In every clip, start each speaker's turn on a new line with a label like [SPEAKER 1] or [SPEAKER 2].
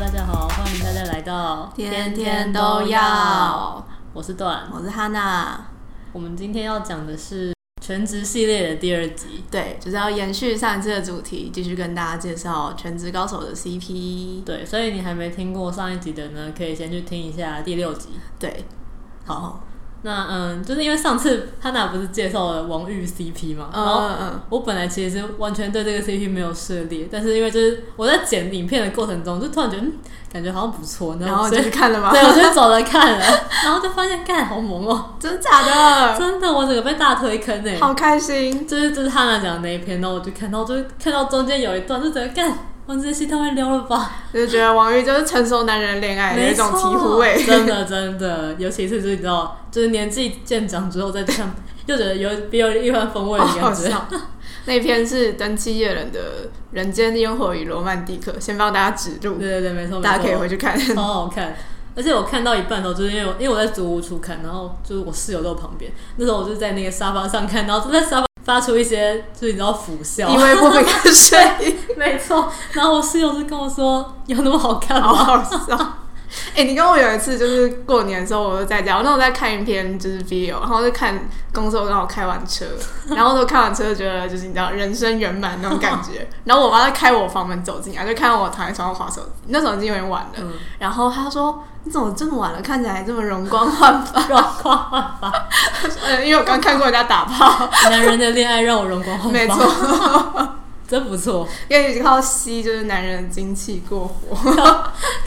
[SPEAKER 1] 欢迎大家来到
[SPEAKER 2] 天天都要，
[SPEAKER 1] 我是段。
[SPEAKER 2] 我是哈娜。
[SPEAKER 1] 我们今天要讲的是全职系列的第二集。
[SPEAKER 2] 对，就是要延续上一次的主题，继续跟大家介绍《全职高手》的 CP。
[SPEAKER 1] 对，所以你还没听过上一集的呢，可以先去听一下第六集。
[SPEAKER 2] 对，哦
[SPEAKER 1] 好，那嗯，就是因为上次哈娜不是介绍了王玉 CP 嘛，
[SPEAKER 2] 嗯
[SPEAKER 1] 然后
[SPEAKER 2] 嗯嗯，
[SPEAKER 1] 我本来其实是完全对这个 CP 没有涉猎，但是因为就是我在剪影片的过程中，就突然觉得嗯，感觉好像不错，
[SPEAKER 2] 然后
[SPEAKER 1] 所
[SPEAKER 2] 你就
[SPEAKER 1] 以
[SPEAKER 2] 去看了吗
[SPEAKER 1] 对？我就走了看了，然后就发现干好萌哦、
[SPEAKER 2] 真假的，
[SPEAKER 1] 真的我整个被大推坑哎、
[SPEAKER 2] 好开心。
[SPEAKER 1] 就是就是他那讲的那一篇，然后我就看到，就是看到中间有一段，就整个干王志熙太会撩了吧，
[SPEAKER 2] 就是觉得王玉就是成熟男人恋爱的
[SPEAKER 1] 没
[SPEAKER 2] 哎一种
[SPEAKER 1] 错
[SPEAKER 2] 醍醐味。
[SPEAKER 1] 真的真的，尤其是就是你知道，就是年纪渐长之后再看，又觉得有别有一番风味的
[SPEAKER 2] 哦好
[SPEAKER 1] 感觉。
[SPEAKER 2] 笑。那篇是登基夜人的《人间烟火与罗曼蒂克》，先帮大家指路，
[SPEAKER 1] 对对对，没错，
[SPEAKER 2] 大家可以
[SPEAKER 1] 没错
[SPEAKER 2] 回去看。
[SPEAKER 1] 超好看。而且我看到一半的时候，就是因为我因为我在租屋处看，然后就是我室友在我旁边，那时候我就在那个沙发上看，然后就在沙发发出一些就是你知道腐笑
[SPEAKER 2] 因，为不明的声 音，
[SPEAKER 1] 没错。然后我室友就跟我说：“有那么好看
[SPEAKER 2] 好
[SPEAKER 1] 吗？”
[SPEAKER 2] 好笑。哎、你跟我有一次就是过年的时候，我就在家，我那时候在看一篇就是 video，然后就看公司我刚好开完车，然后都开完车就觉得就是你知道人生圆满那种感 觉。然后我妈在开我房门走进来，就看到我躺在床上划手机，那时候已经有点晚了。
[SPEAKER 1] 嗯
[SPEAKER 2] 然后她说：“你怎么这么晚了，看起来这么容光焕发
[SPEAKER 1] 容光焕发。？”
[SPEAKER 2] 呃因为我刚看过人家打炮，
[SPEAKER 1] 男人的恋爱让我容光焕发，
[SPEAKER 2] 没错，
[SPEAKER 1] 真不错。
[SPEAKER 2] 因为你靠吸就是男人的精气过火，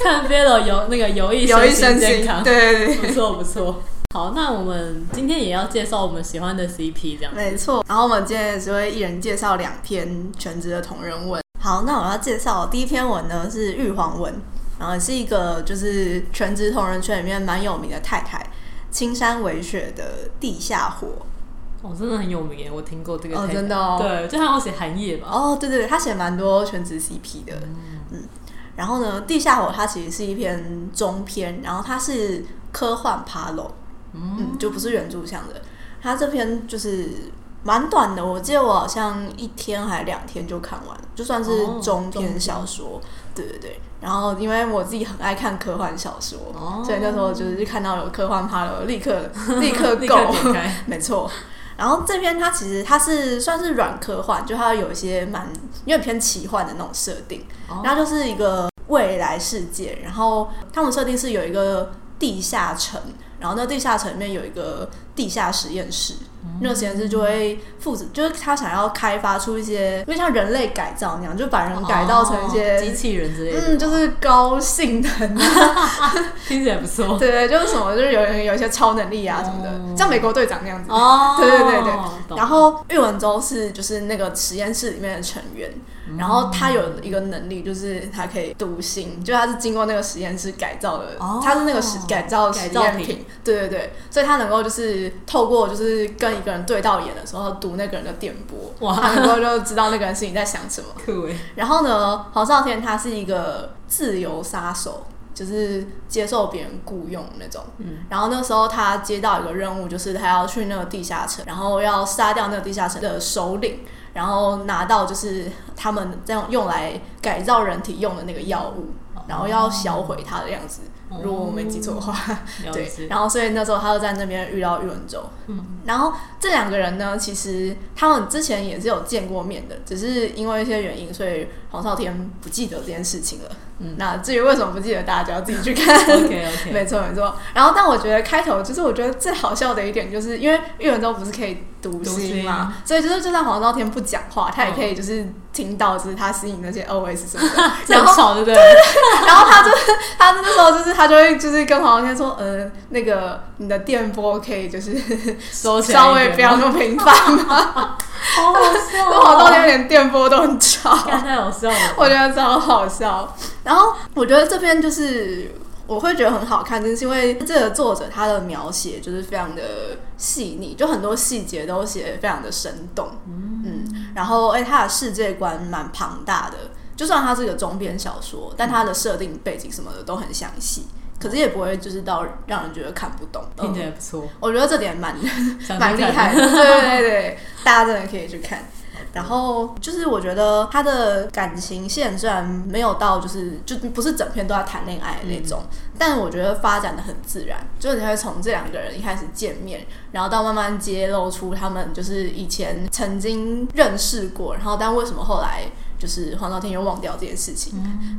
[SPEAKER 1] 看 v i l 有那个有益
[SPEAKER 2] 有益
[SPEAKER 1] 身
[SPEAKER 2] 身
[SPEAKER 1] 健
[SPEAKER 2] 心
[SPEAKER 1] 康，，
[SPEAKER 2] 对对对。
[SPEAKER 1] 不错不错。好，那我们今天也要介绍我们喜欢的 CP，这样。
[SPEAKER 2] 没错，然后我们今天只会一人介绍两篇全职的同人文。好，那我要介绍第一篇文呢是玉皇文，然后是一个就是全职同人圈里面蛮有名的太太，青山为雪的地下火。
[SPEAKER 1] 哦，真的很有名耶，我听过这个
[SPEAKER 2] 哦
[SPEAKER 1] tag。
[SPEAKER 2] 真的哦
[SPEAKER 1] 对，就好像写寒夜吧。
[SPEAKER 2] 哦，对对对，他写蛮多全职 CP 的，嗯。然后呢，地下火它其实是一篇中篇，然后它是科幻爬楼，
[SPEAKER 1] 嗯，
[SPEAKER 2] 嗯，就不是原著像的。它这篇就是蛮短的，我记得我好像一天还两天就看完了，就算是
[SPEAKER 1] 哦中
[SPEAKER 2] 中
[SPEAKER 1] 篇
[SPEAKER 2] 篇小说。对对对。然后因为我自己很爱看科幻小说，
[SPEAKER 1] 哦
[SPEAKER 2] 所以那时候就是看到有科幻趴了，我 立刻立刻
[SPEAKER 1] 立
[SPEAKER 2] 购
[SPEAKER 1] 刻点开。
[SPEAKER 2] 没错。然后这篇它其实它是算是软科幻，就它有一些蛮有点偏奇幻的那种设定，
[SPEAKER 1] 哦
[SPEAKER 2] 然后就是一个未来世界，然后他们设定是有一个地下城，然后那地下城里面有一个地下实验室，
[SPEAKER 1] 嗯
[SPEAKER 2] 那个实验室就会负责，就是他想要开发出一些，因为像人类改造那样，就把人 改造成一些。
[SPEAKER 1] 哦机器人之类的，
[SPEAKER 2] 嗯，就是高性能的，
[SPEAKER 1] 听起来不 错。
[SPEAKER 2] 对对，就是什么，就是有人有一些超能力啊什么的，
[SPEAKER 1] 哦
[SPEAKER 2] 像美国队长那样子。
[SPEAKER 1] 哦
[SPEAKER 2] 对对对对
[SPEAKER 1] 懂
[SPEAKER 2] 然后玉文州是就是那个实验室里面的成员，
[SPEAKER 1] 嗯
[SPEAKER 2] 然后他有一个能力，就是他可以读心，就他是经过那个实验室改造的，
[SPEAKER 1] 哦
[SPEAKER 2] 他是那个实改造的实
[SPEAKER 1] 改造
[SPEAKER 2] 验
[SPEAKER 1] 品
[SPEAKER 2] 品，对对对，所以他能够就是透过就是跟一个人对到眼的时候读那个人的电波，
[SPEAKER 1] 哇
[SPEAKER 2] 他能够就知道那个人心里在想什么。
[SPEAKER 1] 酷哎，
[SPEAKER 2] 然后呢，黄少天他是一个自由杀手，就是接受别人雇佣那种。
[SPEAKER 1] 嗯，
[SPEAKER 2] 然后那时候他接到一个任务，就是他要去那个地下城，然后要杀掉那个地下城的首领，然后拿到就是他们这样用来改造人体用的那个药物，然后要销毁它的样子。
[SPEAKER 1] 哦
[SPEAKER 2] 如果我没记错的话，
[SPEAKER 1] 了
[SPEAKER 2] 对。
[SPEAKER 1] 解。
[SPEAKER 2] 然后所以那时候他就在那边遇到玉文州，
[SPEAKER 1] 嗯，
[SPEAKER 2] 然后这两个人呢，其实他们之前也是有见过面的，只是因为一些原因，所以黄少天不记得这件事情了。
[SPEAKER 1] 嗯
[SPEAKER 2] 那至于为什么不记得，大家就要自己去 看。
[SPEAKER 1] OK OK，
[SPEAKER 2] 没错没错。然后，但我觉得开头就是我觉得最好笑的一点，就是因为玉文州不是可以读心嘛，所以就是就算黄少天不讲话，
[SPEAKER 1] 嗯
[SPEAKER 2] 他也可以就是听到就是他心里那些 OS 什么的。然
[SPEAKER 1] 很
[SPEAKER 2] 后
[SPEAKER 1] 吵对不对？
[SPEAKER 2] 然后他就是他那时候就是他就会就是跟黄少天说，呃，那个你的电波可以就是
[SPEAKER 1] 收起来一
[SPEAKER 2] 稍微
[SPEAKER 1] 点
[SPEAKER 2] 不要
[SPEAKER 1] 吗，
[SPEAKER 2] 那么频繁嘛。
[SPEAKER 1] 好好笑
[SPEAKER 2] 那
[SPEAKER 1] 哦，
[SPEAKER 2] 黄少天连电波都很吵。
[SPEAKER 1] 干太好笑了。
[SPEAKER 2] 我觉得超好笑。然后我觉得这篇就是我会觉得很好看，就是因为这个作者他的描写就是非常的细腻，就很多细节都写得非常的生动。嗯，然后哎、他的世界观蛮庞大的，就算它是一个中篇小说，但它的设定背景什么的都很详细。可是也不会就是到让人觉得看不懂，
[SPEAKER 1] 听起
[SPEAKER 2] 嗯
[SPEAKER 1] 来不错，
[SPEAKER 2] 我觉得这点蛮
[SPEAKER 1] 想去
[SPEAKER 2] 蛮厉
[SPEAKER 1] 看
[SPEAKER 2] 害的，对对对，大家真的可以去看。然后就是我觉得他的感情线虽然没有到就是就不是整篇都在谈恋爱的那种，
[SPEAKER 1] 嗯
[SPEAKER 2] 但我觉得发展的很自然，就是你会从这两个人一开始见面，然后到慢慢揭露出他们就是以前曾经认识过，然后但为什么后来。就是黄少天又忘掉这件事情，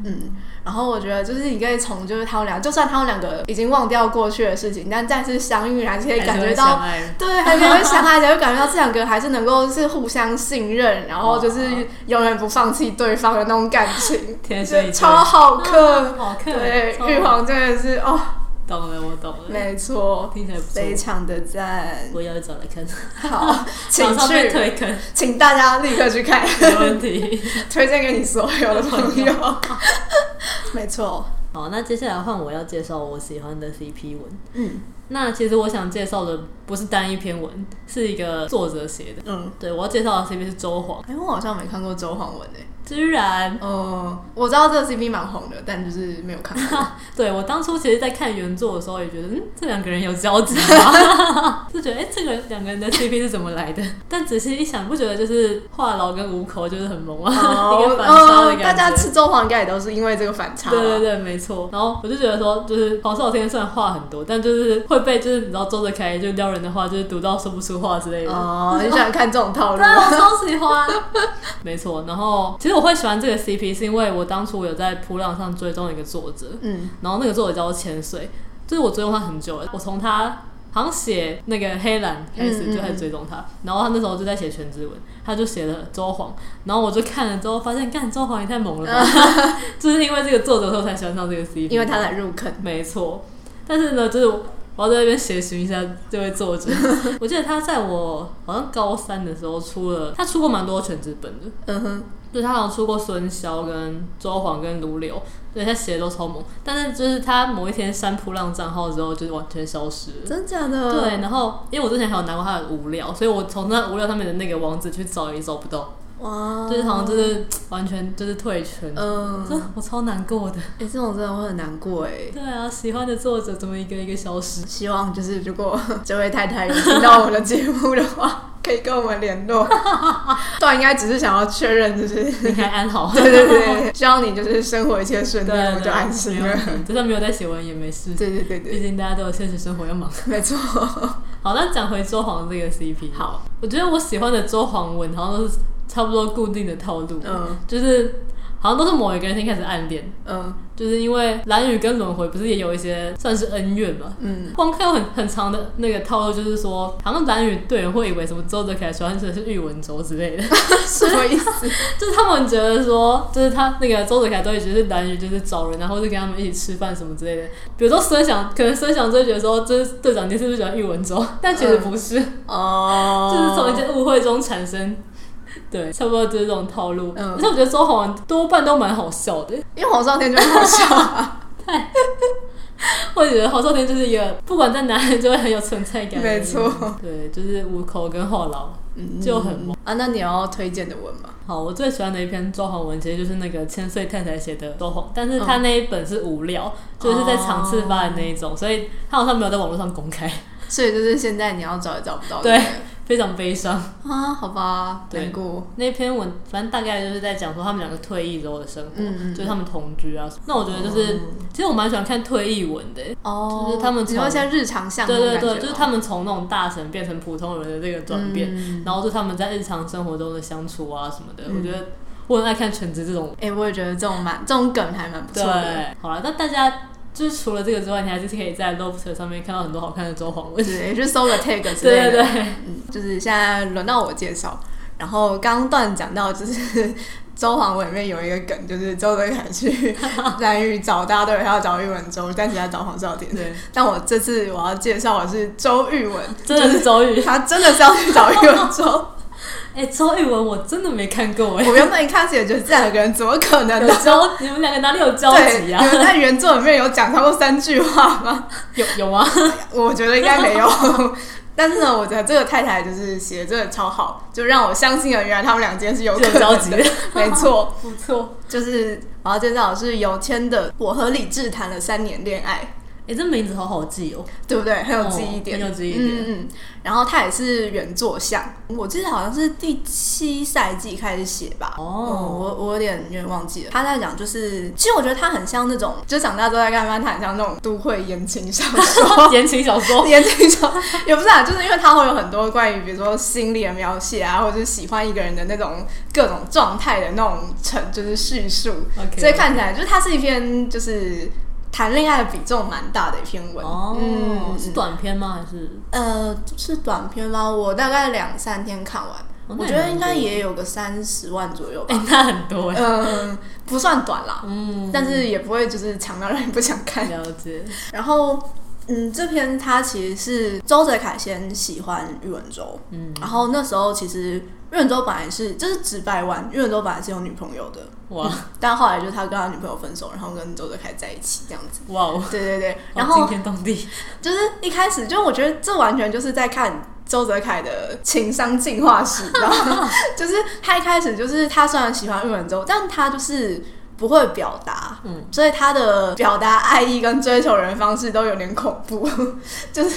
[SPEAKER 2] 嗯然后我觉得就是你可以从就是他们俩，就算他们两个已经忘掉过去的事情，但再次相遇还是可以感觉到
[SPEAKER 1] 还是会相爱
[SPEAKER 2] 对，还是会相爱，才会感觉到这两个还是能够是互相信任，然
[SPEAKER 1] 哦
[SPEAKER 2] 后就是永远不放弃对方的那种感情，
[SPEAKER 1] 天生一 对
[SPEAKER 2] 就超好
[SPEAKER 1] 啊
[SPEAKER 2] 看。
[SPEAKER 1] 好看，
[SPEAKER 2] 对，
[SPEAKER 1] 超
[SPEAKER 2] 玉皇真的是哦，
[SPEAKER 1] 懂了，我懂了，
[SPEAKER 2] 没错，
[SPEAKER 1] 听起来不错
[SPEAKER 2] 非，常的赞。
[SPEAKER 1] 我要去找来看，
[SPEAKER 2] 好，请
[SPEAKER 1] 马上被
[SPEAKER 2] 去，
[SPEAKER 1] 推坑，
[SPEAKER 2] 请大家立刻去看，
[SPEAKER 1] 没问题。
[SPEAKER 2] 推荐给你所有的朋友。 没错，
[SPEAKER 1] 好，那接下来换我要介绍我喜欢的 CP 文。
[SPEAKER 2] 嗯
[SPEAKER 1] 那其实我想介绍的不是单一篇文，是一个作者写的。
[SPEAKER 2] 嗯，
[SPEAKER 1] 对，我要介绍的 CP 是周黄，
[SPEAKER 2] 哎，我好像没看过周黄文诶。
[SPEAKER 1] 居然
[SPEAKER 2] 哦，我知道这个 CP 蛮红的，但就是没有看过。
[SPEAKER 1] 对我当初其实，在看原作的时候也觉得，嗯，这两个人有交集吗？ 就觉得，哎、这个两个人的 CP 是怎么来的？ 但仔细一想，不觉得就是话痨跟五口就是很萌啊， 一个反差的
[SPEAKER 2] 哦，
[SPEAKER 1] 感觉。
[SPEAKER 2] 大家啊吃周黄应该也都是因为这个反差。
[SPEAKER 1] 对对对，没错。然后我就觉得说，就是黄少天虽然话很多，但就是会被就是你知道周泽楷就撩人的话，就是读到说不出话之类的。
[SPEAKER 2] 哦，你喜欢看这种套路
[SPEAKER 1] 对，？啊我超喜欢。 没错，然后其实我会喜欢这个 CP，是因为我当初有在扑浪上追踪一个作者，
[SPEAKER 2] 嗯，
[SPEAKER 1] 然后那个作者叫做千岁，就是我追踪他很久了，我从他好像写那个黑兰开
[SPEAKER 2] 嗯嗯
[SPEAKER 1] 始就开始追踪他，然后他那时候就在写全职文，他就写了周黄，然后我就看了之后发现，干周黄也太猛了吧， 就是因为这个作者所以我才喜欢上这个 CP，
[SPEAKER 2] 因为他来入坑。
[SPEAKER 1] 没错，但是呢，就是我要在那边协寻一下这位作 者。我记得他在我好像高三的时候出了，他出过蛮多全职本的，
[SPEAKER 2] 嗯哼，
[SPEAKER 1] 就是他好像出过孙骁、跟周黄、跟卢柳，对他写的都超猛。但是就是他某一天删扑浪账号之后，就是完全消失了。
[SPEAKER 2] 真假的？
[SPEAKER 1] 对，，然后因为我之前还有拿过他的无聊，所以我从那无聊上面的那个网址去找也找不到，
[SPEAKER 2] 哇，
[SPEAKER 1] 就是好像就是完全就是退圈，
[SPEAKER 2] 嗯，
[SPEAKER 1] 真的我超难过的。
[SPEAKER 2] 哎，这种真的会很难过哎。
[SPEAKER 1] 对啊，喜欢的作者怎么一个一个消 失？
[SPEAKER 2] 希望就是如果这位太太有听到我们的节目的话， 可以跟我们联络。段应该只是想要确认，就是
[SPEAKER 1] 你还安好，
[SPEAKER 2] 对对对，希望你就是生活一切顺利，
[SPEAKER 1] 对，
[SPEAKER 2] 我们就安心了
[SPEAKER 1] 没。问题就算没有在写文也没事，
[SPEAKER 2] 对对对
[SPEAKER 1] 毕
[SPEAKER 2] 对，
[SPEAKER 1] 竟大家都有现实生活要忙。
[SPEAKER 2] 没错。
[SPEAKER 1] 好，那讲回周黄这个 CP，
[SPEAKER 2] 好，
[SPEAKER 1] 我觉得我喜欢的周黄文好像都是差不多固定的套路，
[SPEAKER 2] 嗯
[SPEAKER 1] 就是好像都是某一个人先开始暗恋，
[SPEAKER 2] 嗯
[SPEAKER 1] 就是因为蓝雨跟轮回不是也有一些算是恩怨嘛。
[SPEAKER 2] 嗯，
[SPEAKER 1] 光看有很很长的那个套路，就是说，好像蓝雨队人会以为什么周泽楷喜欢的是喻文州之类 的，
[SPEAKER 2] 什么意思？
[SPEAKER 1] 就是他们觉得说，就是他那个周泽楷都会觉得男女就是找人啊，然后就跟他们一起吃饭什么之类的。比如说孙翔，可能孙翔就会觉得说，就是队长你是不是喜欢喻文州？但其实
[SPEAKER 2] 嗯
[SPEAKER 1] 不是，
[SPEAKER 2] 哦，
[SPEAKER 1] 就是从一些误会中产生。对，差不多就是这种套路。
[SPEAKER 2] 嗯
[SPEAKER 1] 而且我觉得周宏多半都蛮好笑的，哎
[SPEAKER 2] 因为黄少天就很好笑啊，
[SPEAKER 1] 我觉得郝少天就是一个不管在哪里就会很有存在感。
[SPEAKER 2] 没错，
[SPEAKER 1] 对，就是五口跟后老就很猛。
[SPEAKER 2] 啊，那你要推荐的文吗？
[SPEAKER 1] 好，我最喜欢的一篇周黄文其实就是那个千岁太太写的周黄，但是他
[SPEAKER 2] 嗯
[SPEAKER 1] 那一本是无料，就是在场次发的那一种，所以他好像没有在网络上公开，
[SPEAKER 2] 所以就是现在你要找也找不到。
[SPEAKER 1] 对
[SPEAKER 2] 不
[SPEAKER 1] 非常悲伤。
[SPEAKER 2] 啊，好吧，
[SPEAKER 1] 对
[SPEAKER 2] 难过。
[SPEAKER 1] 那篇文反正大概就是在讲说他们两个退役之后的生活，
[SPEAKER 2] 嗯嗯
[SPEAKER 1] 就是他们同居啊。那我觉得就是，其实我蛮喜欢看退役文的、
[SPEAKER 2] 哦
[SPEAKER 1] 就是他们
[SPEAKER 2] 你
[SPEAKER 1] 从
[SPEAKER 2] 说像日常项目
[SPEAKER 1] 对
[SPEAKER 2] 的
[SPEAKER 1] 对
[SPEAKER 2] 感觉吗，哦
[SPEAKER 1] 对，就是他们从那种大神变成普通人的这个转变，
[SPEAKER 2] 嗯
[SPEAKER 1] 然后就他们在日常生活中的相处啊什么的，
[SPEAKER 2] 嗯
[SPEAKER 1] 我觉得我很爱看全职这种
[SPEAKER 2] 哎、我也觉得这种蛮这种梗还蛮不错的。
[SPEAKER 1] 对，好了，那大家就是除了这个之外，你还是可以在 Lobster 上面看到很多好看的周黄文。
[SPEAKER 2] 对，也是搜个 tag 之类
[SPEAKER 1] 对对
[SPEAKER 2] 的。
[SPEAKER 1] 对，
[SPEAKER 2] 嗯，就是现在轮到我介绍。然后刚刚段讲到，就是周黄文里面有一个梗，就是周泽楷去 蓝屿找，大家都以为他要找喻文周，但其实他找黄少典。
[SPEAKER 1] 对，
[SPEAKER 2] 但我这次我要介绍的是周玉文，
[SPEAKER 1] 真的是周瑜。
[SPEAKER 2] 他真的是要去找喻文周。
[SPEAKER 1] 哎、周瑜文我真的没看过哎、
[SPEAKER 2] 我原本一开始也觉得这两个人怎么可能
[SPEAKER 1] 有
[SPEAKER 2] 呢？
[SPEAKER 1] 交，你们两个哪里有交
[SPEAKER 2] 对，
[SPEAKER 1] 集
[SPEAKER 2] 你
[SPEAKER 1] 啊？
[SPEAKER 2] 们在原作里面有讲超过三句话吗？
[SPEAKER 1] 有有啊，
[SPEAKER 2] 我觉得应该没 有。但是呢，我觉得这个太太就是写的真的超好，就让我相信了，原来他们两间是有可
[SPEAKER 1] 有
[SPEAKER 2] 能
[SPEAKER 1] 交集
[SPEAKER 2] 的。 没错，
[SPEAKER 1] 不错。
[SPEAKER 2] 就是我要介绍的是有谦的《我和李志谈了三年恋爱
[SPEAKER 1] 哎、哎，这名字好好记 哦，
[SPEAKER 2] 对不对？很有记忆点，
[SPEAKER 1] 哦很有记忆点
[SPEAKER 2] 嗯嗯。然后他也是原作像，我记得好像是第七赛季开始写吧。
[SPEAKER 1] 哦
[SPEAKER 2] 嗯我我有点有点忘记了。他在讲就是，其实我觉得他很像那种，就长大之后在干嘛，他很像那种都会言情小 说。
[SPEAKER 1] 言情小 说。
[SPEAKER 2] 言情小也不是啊，就是因为他会有很多关于比如说心理的描写啊，或者是喜欢一个人的那种各种状态的那种成就是叙述。
[SPEAKER 1] OK，
[SPEAKER 2] 所以看起来就是它是一篇就是谈恋爱的比重蛮大的一篇文。
[SPEAKER 1] 哦，
[SPEAKER 2] 嗯
[SPEAKER 1] 是短篇吗？还是
[SPEAKER 2] 呃是短篇吗？我大概两三天看完，
[SPEAKER 1] 哦那
[SPEAKER 2] 我
[SPEAKER 1] 也
[SPEAKER 2] 觉得
[SPEAKER 1] 蛮
[SPEAKER 2] 应该
[SPEAKER 1] 多
[SPEAKER 2] 也有个三十万左右
[SPEAKER 1] 哎、
[SPEAKER 2] 吧。
[SPEAKER 1] 那很多哎、
[SPEAKER 2] 嗯，不算短啦，
[SPEAKER 1] 嗯，
[SPEAKER 2] 但是也不会就是强到让你不想看。
[SPEAKER 1] 了解，
[SPEAKER 2] 然后。嗯，这篇他其实是周泽楷先喜欢喻文州，
[SPEAKER 1] 嗯，
[SPEAKER 2] 然后那时候其实喻文州本来是就是直白完，喻文州本来是有女朋友的，
[SPEAKER 1] 哇
[SPEAKER 2] 但后来就是他跟他女朋友分手，然后跟周泽楷在一起这样子。
[SPEAKER 1] 哇哦，
[SPEAKER 2] 对对对，
[SPEAKER 1] 好
[SPEAKER 2] 然后
[SPEAKER 1] 惊天动 地，
[SPEAKER 2] 就是一开始，就我觉得这完全就是在看周泽楷的情商进化史，然后就是他一开始就是他虽然喜欢玉文州，但他就是不会表达，
[SPEAKER 1] 嗯，
[SPEAKER 2] 所以他的表达爱意跟追求人的方式都有点恐怖， 就是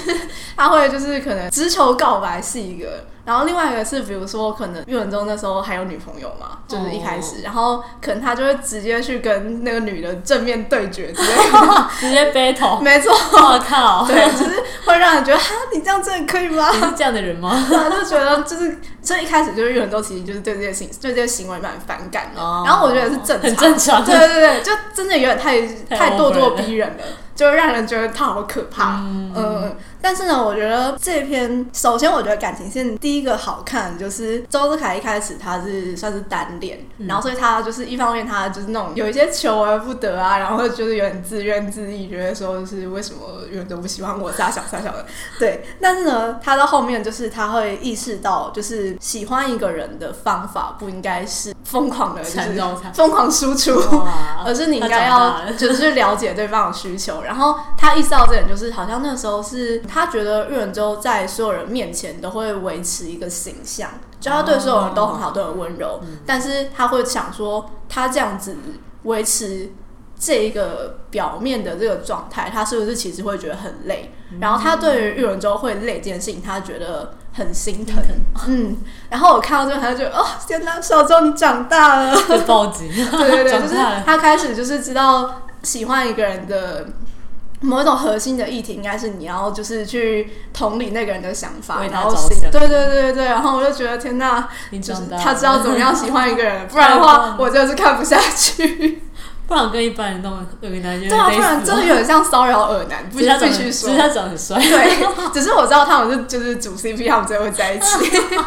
[SPEAKER 2] 他会就是可能直球告白是一个。然后另外一个是，比如说，可能玉文中那时候还有女朋友嘛，就是一开始，然后可能他就会直接去跟那个女的正面对决之类的，
[SPEAKER 1] 直接 battle，
[SPEAKER 2] 没错，
[SPEAKER 1] 我靠，
[SPEAKER 2] 对，就是会让人觉得哈，你这样真的可以吗？
[SPEAKER 1] 你是这样的人 吗？
[SPEAKER 2] 然后啊就觉得就是，所以一开始就是有很多其实就是对这些行对这些行为蛮反感的。
[SPEAKER 1] 哦
[SPEAKER 2] 然后我觉得是正常，
[SPEAKER 1] 很正常
[SPEAKER 2] 对对对，就真的有点太
[SPEAKER 1] 太
[SPEAKER 2] 太咄
[SPEAKER 1] over
[SPEAKER 2] 咄
[SPEAKER 1] 了
[SPEAKER 2] 逼人了，就会让人觉得他好可怕。
[SPEAKER 1] 嗯
[SPEAKER 2] 嗯、但是呢，我觉得这篇首先我觉得感情线第一个好看就是周志凯一开始他是算是单恋，
[SPEAKER 1] 嗯
[SPEAKER 2] 然后所以他就是一方面他就是那种有一些求而不得啊，然后就是有点自怨自艾，觉得说就是为什么人都不喜欢我，傻小傻小的。 对，但是呢，他到后面就是他会意识到，就是喜欢一个人的方法不应该是疯狂的，就
[SPEAKER 1] 缠
[SPEAKER 2] 是
[SPEAKER 1] 绕他
[SPEAKER 2] 疯狂输出。
[SPEAKER 1] 哇
[SPEAKER 2] 而是你应该
[SPEAKER 1] 他长大
[SPEAKER 2] 要
[SPEAKER 1] 了
[SPEAKER 2] 就是了解对方的需求，然后他意识到这点，就是好像那时候是他觉得日本周在所有人面前都会维持一个形象，就他对所有人都很好，都很温
[SPEAKER 1] 哦
[SPEAKER 2] 柔，
[SPEAKER 1] 嗯
[SPEAKER 2] 但是他会想说他这样子维持这一个表面的这个状态，他是不是其实会觉得很累？
[SPEAKER 1] 嗯
[SPEAKER 2] 然后他对于玉文州会累这件事情，他觉得很心疼。嗯，然后我看到这个，他就觉得哦，天哪，小周你长大了。
[SPEAKER 1] 会报警，
[SPEAKER 2] 对对对，
[SPEAKER 1] 长
[SPEAKER 2] 就是
[SPEAKER 1] 大了
[SPEAKER 2] 他开始就是知道喜欢一个人的某一种核心的议题，应该是你要就是去同理那个人的想法，
[SPEAKER 1] 为他
[SPEAKER 2] 然后
[SPEAKER 1] 着
[SPEAKER 2] 行
[SPEAKER 1] 想
[SPEAKER 2] 对对对对对，然后我就觉得天哪，
[SPEAKER 1] 你
[SPEAKER 2] 就是
[SPEAKER 1] 长大了，
[SPEAKER 2] 他知道怎么样喜欢一个人，不然的
[SPEAKER 1] 啊
[SPEAKER 2] 话我真的是看不下去。
[SPEAKER 1] 不然跟一般人那种有个男人
[SPEAKER 2] 对啊，不然真的
[SPEAKER 1] 的
[SPEAKER 2] 有点像骚扰耳男，必
[SPEAKER 1] 只是他长得，
[SPEAKER 2] 必须
[SPEAKER 1] 只
[SPEAKER 2] 说
[SPEAKER 1] 是。他长得很帅，
[SPEAKER 2] 对，只是我知道他们是就是主 CP，他们最后会在一起。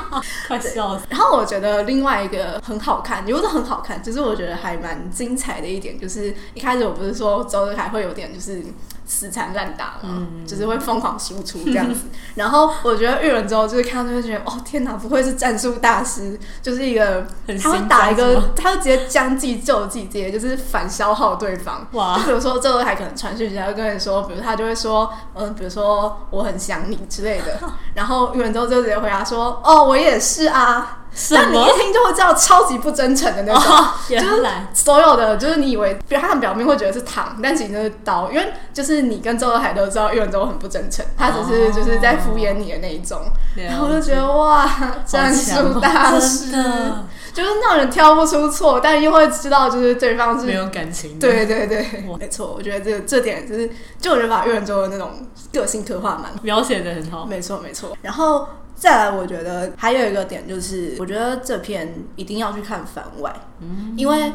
[SPEAKER 1] 快笑死，
[SPEAKER 2] 然后我觉得另外一个很好看，也不是很好看，就是我觉得还蛮精彩的一点，就是一开始我不是说周德凯会有点就是死缠烂打嘛，
[SPEAKER 1] 嗯
[SPEAKER 2] 就是会疯狂输出这样子。然后我觉得玉人之后就是看到就会觉得，哦天哪，不愧是战术大师，就是一个
[SPEAKER 1] 很
[SPEAKER 2] 他会
[SPEAKER 1] 心机
[SPEAKER 2] 打一
[SPEAKER 1] 是
[SPEAKER 2] 个
[SPEAKER 1] 吗，
[SPEAKER 2] 他会直接将计就计，直接就是反消耗对方。
[SPEAKER 1] 哇
[SPEAKER 2] 就比如说周德凯可能传讯息，他会跟你说，比如他就会说，嗯，比如说我很想你之类 的，然后玉人之后就直接回答说，哦，我也是啊。
[SPEAKER 1] 什
[SPEAKER 2] 但你
[SPEAKER 1] 么
[SPEAKER 2] 一？ 听就会知道超级不真诚的那种。
[SPEAKER 1] 哦，
[SPEAKER 2] 就是
[SPEAKER 1] 原来
[SPEAKER 2] 所有的就是你以为，比如他们表面会觉得是糖，但其实是刀，因为就是你跟周德海都知道，岳文州很不真诚，他只是
[SPEAKER 1] 哦
[SPEAKER 2] 就是在敷衍你的那一种。然后我就觉
[SPEAKER 1] 了
[SPEAKER 2] 得哇，
[SPEAKER 1] 解
[SPEAKER 2] 战
[SPEAKER 1] 好强
[SPEAKER 2] 术
[SPEAKER 1] 哦
[SPEAKER 2] 大师，
[SPEAKER 1] 真的
[SPEAKER 2] 就是让人挑不出错，但又会知道就是对方
[SPEAKER 1] 没
[SPEAKER 2] 是。
[SPEAKER 1] 有感情，，
[SPEAKER 2] 对对对
[SPEAKER 1] 哇，
[SPEAKER 2] 没错，我觉得这这点就是，就我觉得把岳文州的那种个性刻画蛮
[SPEAKER 1] 描写的很好，
[SPEAKER 2] 没错，没错。然后再来，我觉得还有一个点就是，我觉得这篇一定要去看番外，嗯，因为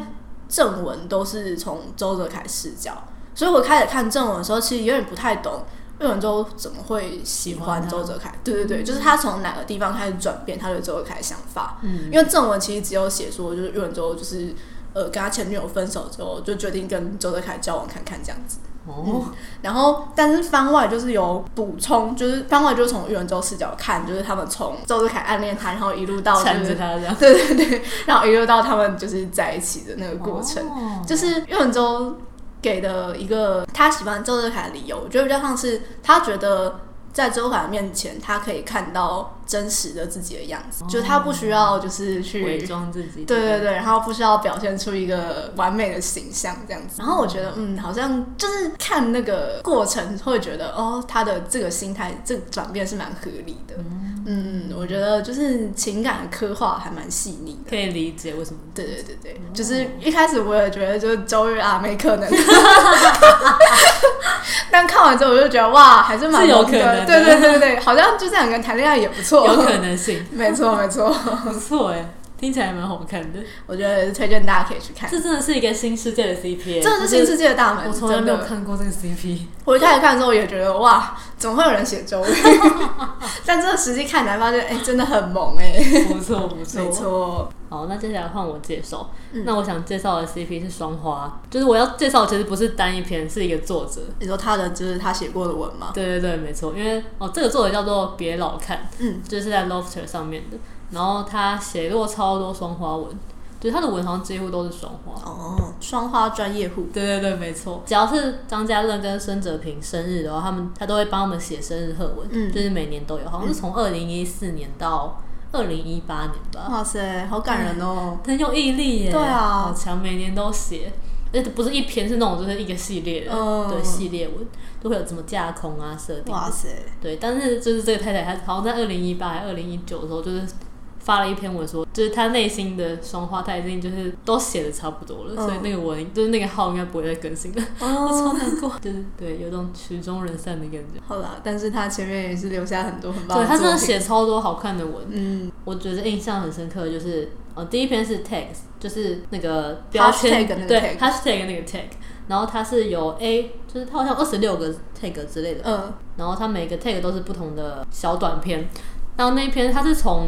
[SPEAKER 2] 正文都是从周泽楷视角，所以我开始看正文的时候，其实有点不太懂。魏文州怎么会喜欢周泽楷？对对对，就是他从哪个地方开始转变他对周泽楷的想法？嗯，因为正文其实只有写说，就是魏文州就是呃跟他前女友分手之后，就决定跟周泽楷交往看看这样子。
[SPEAKER 1] 哦，
[SPEAKER 2] 然后，但是番外就是有补充，就是番外就是从喻文州视角看，就是他们从周志凯暗恋他，然后一路到就
[SPEAKER 1] 缠
[SPEAKER 2] 是
[SPEAKER 1] 着他这样，
[SPEAKER 2] 对对对，然后一路到他们就是在一起的那个过程，
[SPEAKER 1] 哦
[SPEAKER 2] 就是喻文州给的一个他喜欢周志凯的理由，我觉得比较像是他觉得在周凯面前，他可以看到真实的自己的样子，就是他不需要就是
[SPEAKER 1] 伪
[SPEAKER 2] 去。
[SPEAKER 1] 装自己。
[SPEAKER 2] 对对对，然后不需要表现出一个完美的形象这样子。然后我觉得，嗯，好像就是看那个过程，会觉得哦，他的这个心态这个转变是蛮合理的。嗯，我觉得就是情感的刻画还蛮细腻的。
[SPEAKER 1] 可以理解为什么。
[SPEAKER 2] 对对对对，
[SPEAKER 1] 哦
[SPEAKER 2] 就是一开始我也觉得就是周日阿妹可能， 但看完之后我就觉得哇，还是蛮
[SPEAKER 1] 是有
[SPEAKER 2] 萌的
[SPEAKER 1] 可能的
[SPEAKER 2] 对对对对，好像就这两个人谈恋爱也不错，，
[SPEAKER 1] 有可能性
[SPEAKER 2] 没错没错，
[SPEAKER 1] 不错哎，听起来蛮好看 的。
[SPEAKER 2] 我觉得推荐大家可以去看，
[SPEAKER 1] 这真的是一个新世界的 CP，欸
[SPEAKER 2] 真的是新世界的大门，
[SPEAKER 1] 我从来没有
[SPEAKER 2] 真的。
[SPEAKER 1] 看过这个 CP，
[SPEAKER 2] 我一开始看的时候我也觉得哇，怎么会有人写 周日？但真的实际看才发现，哎、真的很萌哎、
[SPEAKER 1] 不错不
[SPEAKER 2] 没
[SPEAKER 1] 错。
[SPEAKER 2] 错，
[SPEAKER 1] 好，那接下来换我介绍。
[SPEAKER 2] 嗯
[SPEAKER 1] 那我想介绍的 CP 是双花，就是我要介绍的其实不是单一篇，是一个作者。
[SPEAKER 2] 你说他的就是他写过的文吗？
[SPEAKER 1] 对对对，没错，因为哦，这个作者叫做别老看，
[SPEAKER 2] 嗯，
[SPEAKER 1] 就是在 Lofter 上面的，然后他写过超多双花文，就是他的文好像几乎都是双花。
[SPEAKER 2] 哦，双花专业户，
[SPEAKER 1] 对对对，没错。只要是张家乐跟孙哲平生日的话，他们他都会帮我们写生日贺文，
[SPEAKER 2] 嗯
[SPEAKER 1] 就是每年都有，好像是从二零一四年到二零一八年吧，
[SPEAKER 2] 哇塞，好感人哦。
[SPEAKER 1] 很有毅力耶，
[SPEAKER 2] 对啊
[SPEAKER 1] 好强，每年都写。而且不是一篇，是那种就是一个系列的，
[SPEAKER 2] 嗯
[SPEAKER 1] 对系列文都会有什么架空啊设定，
[SPEAKER 2] 哇塞，
[SPEAKER 1] 对。但是就是这个太太，她好像在二零一八还二零一九的时候，就是发了一篇文说，就是她内心的双花，她已经就是都写的差不多了，
[SPEAKER 2] 嗯
[SPEAKER 1] 所以那个文就是那个号应该不会再更新了。 我
[SPEAKER 2] 哦，
[SPEAKER 1] 超难过，就是对，有种曲终人散的感觉。
[SPEAKER 2] 好啦，但是他前面也是留下很多很棒
[SPEAKER 1] 对
[SPEAKER 2] 的
[SPEAKER 1] 他真的
[SPEAKER 2] 作品，
[SPEAKER 1] 写超多好看的文，
[SPEAKER 2] 嗯，
[SPEAKER 1] 我觉得印象很深刻的就是，呃，第一篇是 tags，就是那个标签
[SPEAKER 2] Hashtag 那个
[SPEAKER 1] 对
[SPEAKER 2] tag
[SPEAKER 1] hashtag 那个 tag，然后它是有 A，就是它好像二十六个 tag 之类的，
[SPEAKER 2] 嗯，
[SPEAKER 1] 然后它每个 tag 都是不同的小短片，然后那一篇它是从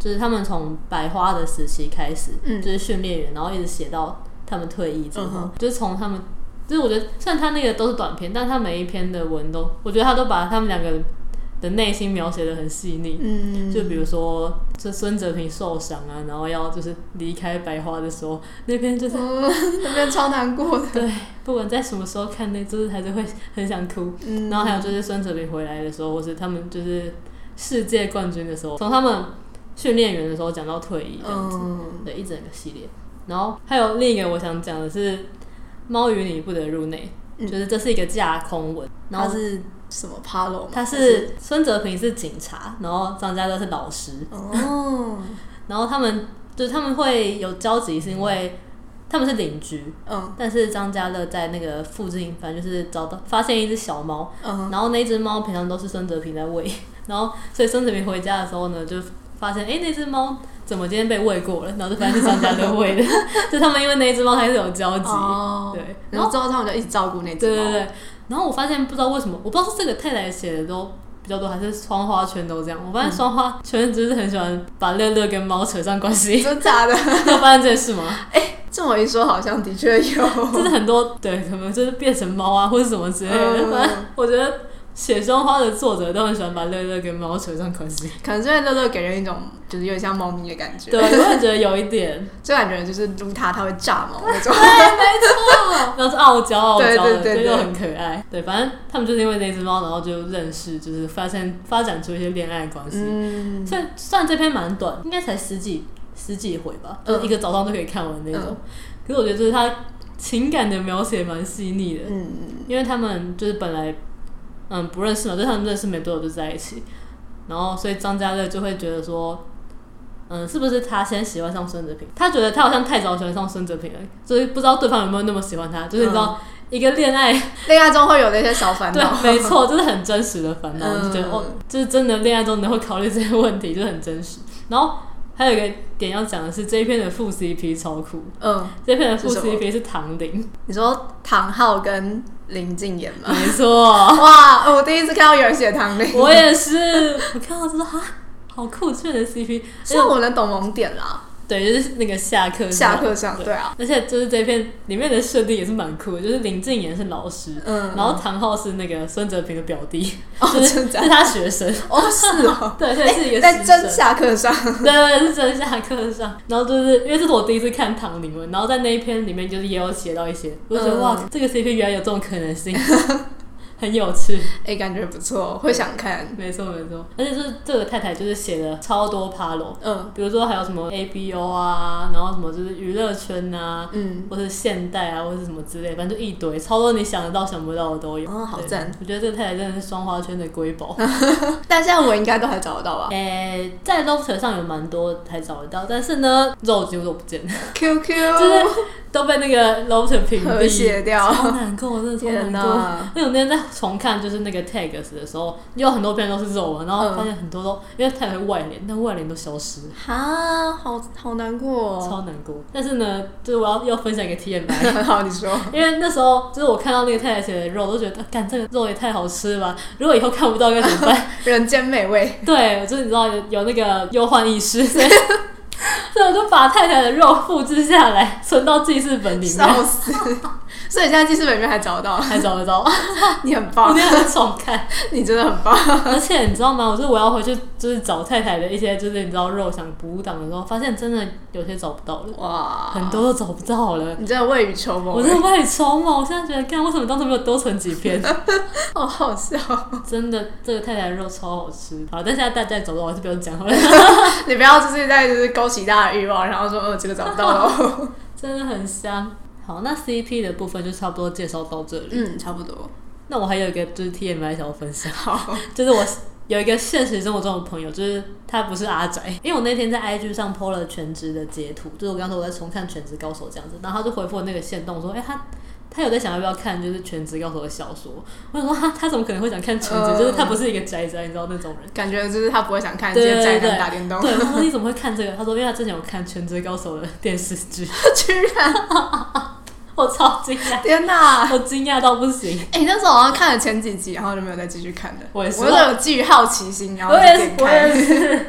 [SPEAKER 1] 就是他们从百花的时期开始，
[SPEAKER 2] 嗯
[SPEAKER 1] 就是训练员，然后一直写到他们退役之后，
[SPEAKER 2] 嗯哼
[SPEAKER 1] 就是从他们，就是我觉得虽然他那个都是短篇，但他每一篇的文都，我觉得他都把他们两个的内心描写的很细腻。
[SPEAKER 2] 嗯，
[SPEAKER 1] 就比如说，这孙哲平受伤啊，然后要就是离开百花的时候，那篇就是
[SPEAKER 2] 嗯，那边超难过的，
[SPEAKER 1] 对，不管在什么时候看那，就是还是会很想哭。
[SPEAKER 2] 嗯，
[SPEAKER 1] 然后还有就是孙哲平回来的时候，或是他们就是世界冠军的时候，从他们训练员的时候讲到退役这样子，
[SPEAKER 2] 嗯，
[SPEAKER 1] 对，一整个系列。然后还有另一个我想讲的是《猫与你不得入内》，
[SPEAKER 2] 嗯
[SPEAKER 1] 就是这是一个架空文，然
[SPEAKER 2] 他
[SPEAKER 1] 后
[SPEAKER 2] 是什么 Palo？吗
[SPEAKER 1] 他 是孙哲平是警察，然后张家乐是老师，
[SPEAKER 2] 哦，
[SPEAKER 1] 然后他们就是他们会有交集，是因为他们是邻居，
[SPEAKER 2] 嗯
[SPEAKER 1] 但是张家乐在那个附近，反正就是找到发现一只小猫，
[SPEAKER 2] 嗯，
[SPEAKER 1] 然后那只猫平常都是孙哲平在喂， 然后所以孙哲平回家的时候呢，就发现哎、诶那只猫怎么今天被喂过了，然后就发现是张家乐喂的， 就他们因为那只猫还是有交集，
[SPEAKER 2] 哦，
[SPEAKER 1] 对，然
[SPEAKER 2] 然
[SPEAKER 1] 后
[SPEAKER 2] 后之后他们就一直照顾那只
[SPEAKER 1] 对
[SPEAKER 2] 猫，
[SPEAKER 1] 对对，然后我发现不知道为什么，我不知道是这个太太写的都。比较多还是双花圈都这样，我发现双花圈就是很喜欢把乐乐跟猫扯上关系，
[SPEAKER 2] 真假的？
[SPEAKER 1] 你有发现这件事吗？
[SPEAKER 2] 这么一说，好像的确有，
[SPEAKER 1] 就是很多对，可能就是变成猫啊，或者什么之类的。
[SPEAKER 2] 嗯
[SPEAKER 1] 反正我觉得写双花的作者都很喜欢把乐乐跟猫扯上关系。
[SPEAKER 2] 可能是因为乐乐给人一种就是有点像猫咪的感觉，
[SPEAKER 1] 对，，我也觉得有一 点，
[SPEAKER 2] 就感觉就是撸它它会炸毛那种，
[SPEAKER 1] 然后是傲娇傲娇的，
[SPEAKER 2] 哎对对对对
[SPEAKER 1] 就又很可爱。对，反正他们就是因为那只猫，然后就认识，就是发现发展出一些恋爱关系。
[SPEAKER 2] 嗯，
[SPEAKER 1] 虽然虽然这篇蛮短，应该才十几十几回吧，
[SPEAKER 2] 嗯
[SPEAKER 1] 就是一个早上就可以看完那种。
[SPEAKER 2] 嗯
[SPEAKER 1] 可是我觉得就是他情感的描写蛮细腻的，
[SPEAKER 2] 嗯，
[SPEAKER 1] 因为他们就是本来嗯不认识嘛，就是他们认识没多久就在一起，然后所以张家乐就会觉得说，嗯，是不是他先喜欢上孙哲平？他觉得他好像太早喜欢上孙哲平了，就是不知道对方有没有那么喜欢他，就是你知道。一个恋爱，
[SPEAKER 2] 恋爱中会有那些小烦
[SPEAKER 1] 对
[SPEAKER 2] 嗯恼，，
[SPEAKER 1] 没错，就是很真实的烦恼，
[SPEAKER 2] 嗯
[SPEAKER 1] 就觉得哦，就是真的恋爱中你会考虑这些问题，就是很真实。然后还有一个点要讲的是，这一篇的副 CP 超酷，
[SPEAKER 2] 嗯，
[SPEAKER 1] 这篇的副
[SPEAKER 2] 是什么
[SPEAKER 1] CP 是唐 玲，
[SPEAKER 2] 你说唐昊跟林静妍吗？
[SPEAKER 1] 没错，
[SPEAKER 2] 哇，哦我第一次看到有人写唐玲，
[SPEAKER 1] 嗯我也是，我看到就说哈，好酷炫的 CP，
[SPEAKER 2] 虽然我能懂萌点啦，
[SPEAKER 1] 对，就是那个下课之后
[SPEAKER 2] 下课上对啊，
[SPEAKER 1] 而且就是这片里面的设定也是蛮酷的，就是林静妍是老师，
[SPEAKER 2] 嗯，
[SPEAKER 1] 然后唐昊是那个孙哲平的表弟，
[SPEAKER 2] 哦
[SPEAKER 1] 就是
[SPEAKER 2] 真的
[SPEAKER 1] 是他学生，
[SPEAKER 2] 哦是 哦，
[SPEAKER 1] 对，所以是一个
[SPEAKER 2] 在
[SPEAKER 1] 师
[SPEAKER 2] 真
[SPEAKER 1] 生
[SPEAKER 2] 下课上，
[SPEAKER 1] 对对，对是真下课上，然后就是因为这是我第一次看唐宁文，然后在那一篇里面就是也有写到一些，我就觉得、
[SPEAKER 2] 嗯
[SPEAKER 1] 哇，这个 CP 原来有这种可能性，很有趣。
[SPEAKER 2] 哎、感觉不错，会想看。
[SPEAKER 1] 没错没错，而且就是这个太太就是写了超多 palo，
[SPEAKER 2] 嗯
[SPEAKER 1] 比如说还有什么 ABO 啊，然后什么就是娱乐圈啊，
[SPEAKER 2] 嗯，
[SPEAKER 1] 或是现代啊，或是什么之类，反正就一堆，超多你想得到想不到的都有。
[SPEAKER 2] 哦好
[SPEAKER 1] 对
[SPEAKER 2] 赞！
[SPEAKER 1] 我觉得这个太太真的是双花圈的瑰宝。
[SPEAKER 2] 但现在我应该都还找得到吧
[SPEAKER 1] 诶、在 Lofter 上有蛮多才找得到，但是呢，肉几乎都不见了，
[SPEAKER 2] 哦 ？QQ
[SPEAKER 1] 就是都被那个 Lofter 屏
[SPEAKER 2] 和
[SPEAKER 1] 蔽，
[SPEAKER 2] 谐掉，
[SPEAKER 1] 好难过，真的超
[SPEAKER 2] 天
[SPEAKER 1] 难过。
[SPEAKER 2] 哪！
[SPEAKER 1] 因为我那天在重看就是那个 tags 的时候，有很多片都是肉嘛，然后发现很多都、因为太太外脸，但外脸都消失了。
[SPEAKER 2] 哈，好好难过、哦。
[SPEAKER 1] 超难过。但是呢，就是我要要分享一个 TMI，
[SPEAKER 2] 好，你说。
[SPEAKER 1] 因为那时候就是我看到那个太太写的肉，我都觉得，啊干这个肉也太好吃了吧！如果以后看不到该怎么 办？
[SPEAKER 2] 人间美味，
[SPEAKER 1] 对，我就是你知道有有那个忧患意识， 所以所以我就把太太的肉复制下来，存到记事本里面，
[SPEAKER 2] 笑死！ 所以现在记事本里面还找 到，啊
[SPEAKER 1] 还找得 到。我
[SPEAKER 2] 你很
[SPEAKER 1] 那
[SPEAKER 2] 棒，
[SPEAKER 1] 天很爽看，
[SPEAKER 2] 你真的很 棒。
[SPEAKER 1] 而且你知道吗？我说我要回去就是找太太的一些就是你知道肉想补档的时候，发现真的有些找不到了，
[SPEAKER 2] 哇，
[SPEAKER 1] 很，多都找不到了。
[SPEAKER 2] 你真的未雨绸缪。欸
[SPEAKER 1] 我真的外筹嘛，我现在觉得，干为什么当时没有多存几片？
[SPEAKER 2] 好好笑，
[SPEAKER 1] 真的，这个太太的肉超好吃。好，但现在大家走了，我还是不用讲好了。
[SPEAKER 2] 你不要就是在就是勾起大家的欲望，然后说呃这个找不到 了。
[SPEAKER 1] 真的很香。好，那 CP 的部分就差不多介绍到这里。
[SPEAKER 2] 嗯，差不多。
[SPEAKER 1] 那我还有一个就是 TMI 想要分享，
[SPEAKER 2] 好，
[SPEAKER 1] 就是我有一个现实生活中的朋友，就是他不是阿宅，因为我那天在 IG 上 PO 了全职的截图，就是我刚才我在重看《全职高手》这样子，然后他就回复我那个线动说，哎、他。他有在想要不要看，就是《全职高手》的小说。我想说，他他怎么可能会想看全职？
[SPEAKER 2] 嗯
[SPEAKER 1] 就是他不是一个宅宅，你知道那种人。
[SPEAKER 2] 感觉就是他不会想看这
[SPEAKER 1] 对
[SPEAKER 2] 些宅
[SPEAKER 1] 对对
[SPEAKER 2] 男打电动，
[SPEAKER 1] 对，我说你怎么会看这个？他说因为他之前有看《全职高手》的电视剧，
[SPEAKER 2] 居然
[SPEAKER 1] 我超惊讶，
[SPEAKER 2] 天哪！
[SPEAKER 1] 我惊讶到不行。
[SPEAKER 2] 哎、那时候好像看了前几集，然后就没有再继续看了。
[SPEAKER 1] 我也是
[SPEAKER 2] 我都有基于好奇心，然后
[SPEAKER 1] 我也是
[SPEAKER 2] 点，
[SPEAKER 1] 我
[SPEAKER 2] 开
[SPEAKER 1] 也。 是。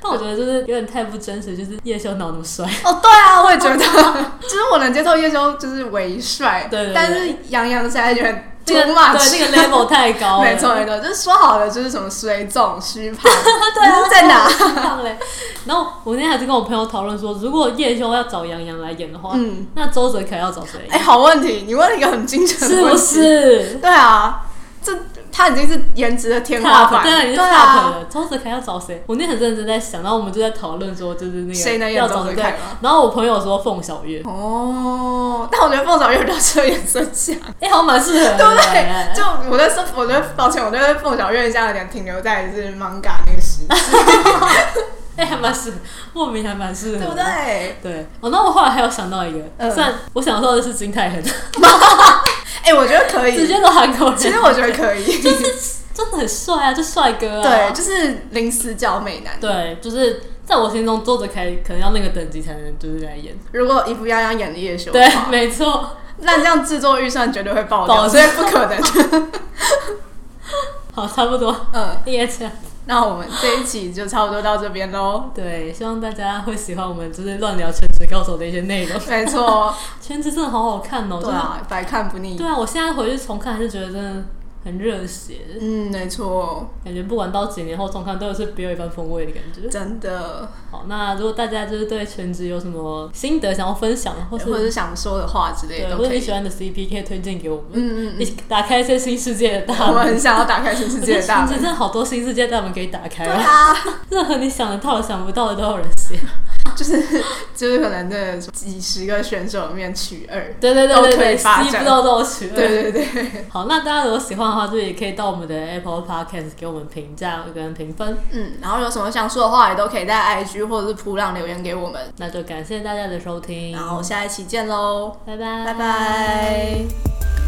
[SPEAKER 1] 但我觉得就是有点太不真实，就是叶修脑那么帅，
[SPEAKER 2] 哦，对啊，我也觉得， 就是我能接受叶修就是为帅，
[SPEAKER 1] 对对对
[SPEAKER 2] 但是杨洋实在有点 too
[SPEAKER 1] 那个
[SPEAKER 2] much，
[SPEAKER 1] 对那 个 level 太高了，
[SPEAKER 2] 没错没错，就是说好的就是什么水肿、虚胖，
[SPEAKER 1] 啊
[SPEAKER 2] 你是在哪？
[SPEAKER 1] 太胖嘞。然后我那天还是跟我朋友讨论说，如果叶修要找杨洋来演的话，
[SPEAKER 2] 嗯，
[SPEAKER 1] 那周泽楷要找谁？
[SPEAKER 2] 哎，好问题，你问了一个很精准的
[SPEAKER 1] 是
[SPEAKER 2] 问
[SPEAKER 1] 不
[SPEAKER 2] 题，
[SPEAKER 1] 是？
[SPEAKER 2] 对啊，这他已经是颜值的天花
[SPEAKER 1] top
[SPEAKER 2] 板，
[SPEAKER 1] 对啊，已经
[SPEAKER 2] 对
[SPEAKER 1] top
[SPEAKER 2] 啊，
[SPEAKER 1] 了。周泽楷要找谁？我那天很认真在想，然后我们就在讨论说，就是那个
[SPEAKER 2] 谁能演
[SPEAKER 1] 要找
[SPEAKER 2] 周
[SPEAKER 1] 谁？
[SPEAKER 2] 泽楷
[SPEAKER 1] 对
[SPEAKER 2] 吗
[SPEAKER 1] 然后我朋友说凤小岳，
[SPEAKER 2] 哦，但我觉得凤小岳比较适合演孙翔，
[SPEAKER 1] 哎，好像蛮适合的，
[SPEAKER 2] 对不 对？就我在说，我觉得抱歉，我觉得凤小岳现在有点停留在就是 manga 那个时代，
[SPEAKER 1] 哎，还蛮适合，莫名还蛮适合，
[SPEAKER 2] 对不？对？
[SPEAKER 1] 对，哦，那我后来还有想到一个，
[SPEAKER 2] 嗯
[SPEAKER 1] 虽然我想说的是金泰亨，
[SPEAKER 2] 哎、我觉得可
[SPEAKER 1] 直
[SPEAKER 2] 以。
[SPEAKER 1] 接都韩国人，
[SPEAKER 2] 其 实我觉得可以，
[SPEAKER 1] 真的很帅啊，就帅哥啊，
[SPEAKER 2] 对，就是零死角美男。
[SPEAKER 1] 对，就是在我心中，周泽楷可能要那个等级才能就是来演，
[SPEAKER 2] 如果一部泱泱演的叶修，
[SPEAKER 1] 对，没错。
[SPEAKER 2] 那这样制作预算绝对会爆
[SPEAKER 1] 爆掉
[SPEAKER 2] 掉，所以不可能。
[SPEAKER 1] 好，差不多，
[SPEAKER 2] 嗯，
[SPEAKER 1] 应该这样。
[SPEAKER 2] 那我们这一期就差不多到这边喽。
[SPEAKER 1] 对，希望大家会喜欢我们就是乱聊《全职高手》的一些内 容，《
[SPEAKER 2] 没错，
[SPEAKER 1] 全职》真的好好看哦，
[SPEAKER 2] 对啊，百看不
[SPEAKER 1] 真的。
[SPEAKER 2] 腻。
[SPEAKER 1] 对啊，我现在回去重看还是觉得真的很热血，
[SPEAKER 2] 嗯，没错，
[SPEAKER 1] 感觉不管到几年后重看，都是别有一番风味的感觉。
[SPEAKER 2] 真的，
[SPEAKER 1] 好，那如果大家就是对全职有什么心得想要分享，或是
[SPEAKER 2] 或者是想说的话之类
[SPEAKER 1] 对，
[SPEAKER 2] 的
[SPEAKER 1] 或
[SPEAKER 2] 都
[SPEAKER 1] 者
[SPEAKER 2] 可
[SPEAKER 1] 你喜
[SPEAKER 2] 以。
[SPEAKER 1] 欢的 CP 可以推荐给我们，
[SPEAKER 2] 嗯嗯
[SPEAKER 1] 一起打开一些新世界的
[SPEAKER 2] 嗯，
[SPEAKER 1] 大
[SPEAKER 2] 我们
[SPEAKER 1] 门。
[SPEAKER 2] 很想要打开新世界的大
[SPEAKER 1] 我觉得全职真
[SPEAKER 2] 门。
[SPEAKER 1] 的好多新世界大门可以打开
[SPEAKER 2] 对
[SPEAKER 1] 哦，
[SPEAKER 2] 啊，
[SPEAKER 1] 任何你想得到的、想不到的都有人写。
[SPEAKER 2] 就是就是可能这几十个选手里面取二。
[SPEAKER 1] 对对对对
[SPEAKER 2] 都可
[SPEAKER 1] 对，
[SPEAKER 2] 以发展
[SPEAKER 1] 吸不到都有取。
[SPEAKER 2] 对对对，
[SPEAKER 1] 好，那大家如果喜欢的话，就也可以到我们的 Apple Podcast 给我们评价跟评分。
[SPEAKER 2] 嗯，然后有什么想说的话，也都可以在 IG 或者是普朗留言给我们。嗯
[SPEAKER 1] 那就感谢大家的收听
[SPEAKER 2] 然，后下一期见喽，
[SPEAKER 1] 拜拜
[SPEAKER 2] 拜拜。